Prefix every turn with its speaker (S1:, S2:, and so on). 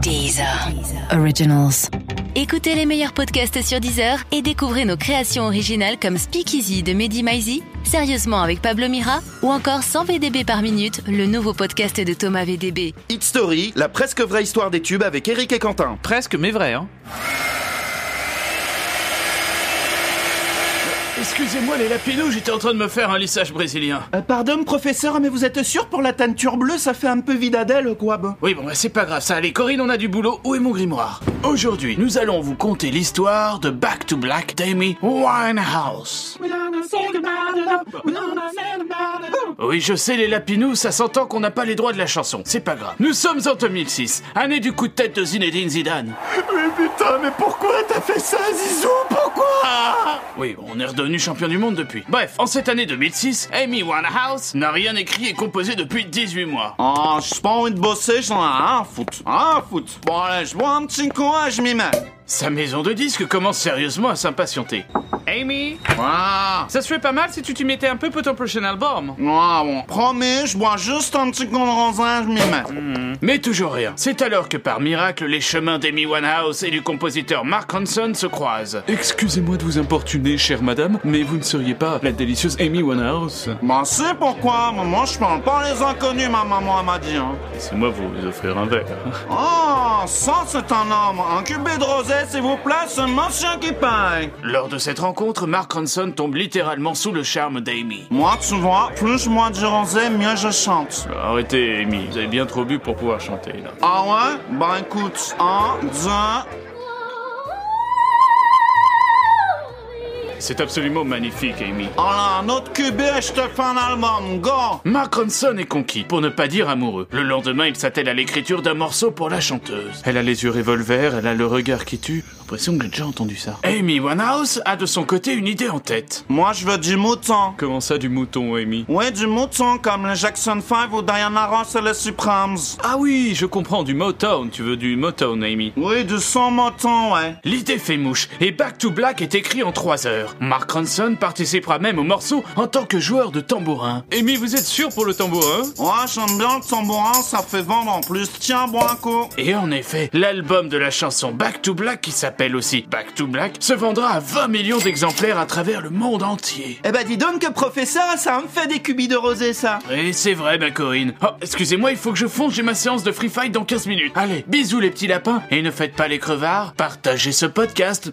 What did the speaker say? S1: Deezer. Originals. Écoutez les meilleurs podcasts sur Deezer et découvrez nos créations originales comme Speakeasy de Mehdi Maizi, Sérieusement avec Pablo Mira ou encore 100 VDB par minute, le nouveau podcast de Thomas VDB.
S2: Hit Story, la presque vraie histoire des tubes avec Eric et Quentin.
S3: Presque, mais vrai. Hein.
S4: Excusez-moi les lapinous, j'étais en train de me faire un lissage brésilien.
S5: Euh, pardon, professeur, mais vous êtes sûr pour la teinture bleue, ça fait un peu vidadelle, quoi, bon
S4: Oui, bon, bah, c'est pas grave, ça. Allez, Corinne, on a du boulot. Où est mon grimoire Aujourd'hui, nous allons vous conter l'histoire de Back to Black d'Amy Winehouse. Oui, je sais, les lapinous, ça s'entend qu'on n'a pas les droits de la chanson. C'est pas grave. Nous sommes en 2006, année du coup de tête de Zinedine Zidane.
S5: Mais putain, mais pourquoi t'as fait ça, Zizou Pourquoi
S4: Oui, bon, on est redevenu champion du monde depuis. Bref, en cette année 2006, Amy Winehouse n'a rien écrit et composé depuis 18 mois.
S2: Oh, je Ah, pas envie de bosser, j'en ai rien à foutre. Rien à foutre. Bon, allez, je bois un petit coup et je m'y mets.
S4: Sa maison de disques commence sérieusement à s'impatienter. Amy,
S2: Ouah,
S3: Ça serait pas mal si tu t'y mettais un peu pour ton prochain album.
S4: Hmm.
S2: ouah, ah, bon. Promis, je bois juste un petit coup de raisin, je m'y mets.
S4: Mais toujours rien. C'est alors que par miracle, les chemins d'Amy Winehouse et du compositeur Mark Hanson se croisent.
S3: Excusez-moi de vous importuner, chère madame, mais vous ne seriez pas la délicieuse Amy Winehouse.
S2: Ben, c'est pourquoi, maman, je parle pas les inconnus, ma maman, elle m'a dit, hein.
S4: Laissez-moi vous offrir un verre.
S2: Oh, ça, c'est un homme. Un cubé de rosé, s'il vous plaît, c'est monsieur qui paye.
S4: Lors de cette rencontre, Mark Hanson tombe littéralement sous le charme d'Amy.
S2: Moi, tu vois, plus moi du rosé, mieux je chante.
S4: Arrêtez, Amy. Vous avez bien trop bu pour pouvoir chanter, là.
S2: Ah ouais Ben écoute, un, deux...
S4: C'est absolument magnifique, Amy.
S2: Oh là, un autre cubé, je te fais un album, go
S4: Mark Hanson est conquis, pour ne pas dire amoureux. Le lendemain, il s'attelle à l'écriture d'un morceau pour la chanteuse. Elle a les yeux revolver, elle a le regard qui tue. J'ai l'impression que j'ai déjà entendu ça. Amy Winehouse a de son côté une idée en tête.
S2: Moi, je veux du mouton.
S3: Comment ça, du mouton, Amy
S2: Oui, du mouton, comme les Jackson 5 ou Diana Ross et les Supremes.
S3: Ah oui, je comprends, du Motown. Tu veux du Motown, Amy
S2: Oui, du son mouton, ouais.
S4: L'idée fait mouche et Back to Black est écrit en 3 heures. Mark Ronson participera même au morceau en tant que joueur de tambourin.
S3: Amy, vous êtes sûr pour le tambourin
S2: Ouais, j'aime bien le tambourin, ça fait vendre en plus. Tiens, bois un coup.
S4: Et en effet, l'album de la chanson Back to Black, qui s'appelle aussi Back to Black, se vendra à 20 millions d'exemplaires à travers le monde entier.
S5: Eh ben dis donc, professeur, ça me fait des cubis de rosé, ça
S4: Et c'est vrai, ma Corinne. Oh, excusez-moi, il faut que je fonce, j'ai ma séance de free fight dans 15 minutes. Allez, bisous les petits lapins, et ne faites pas les crevards, partagez ce podcast.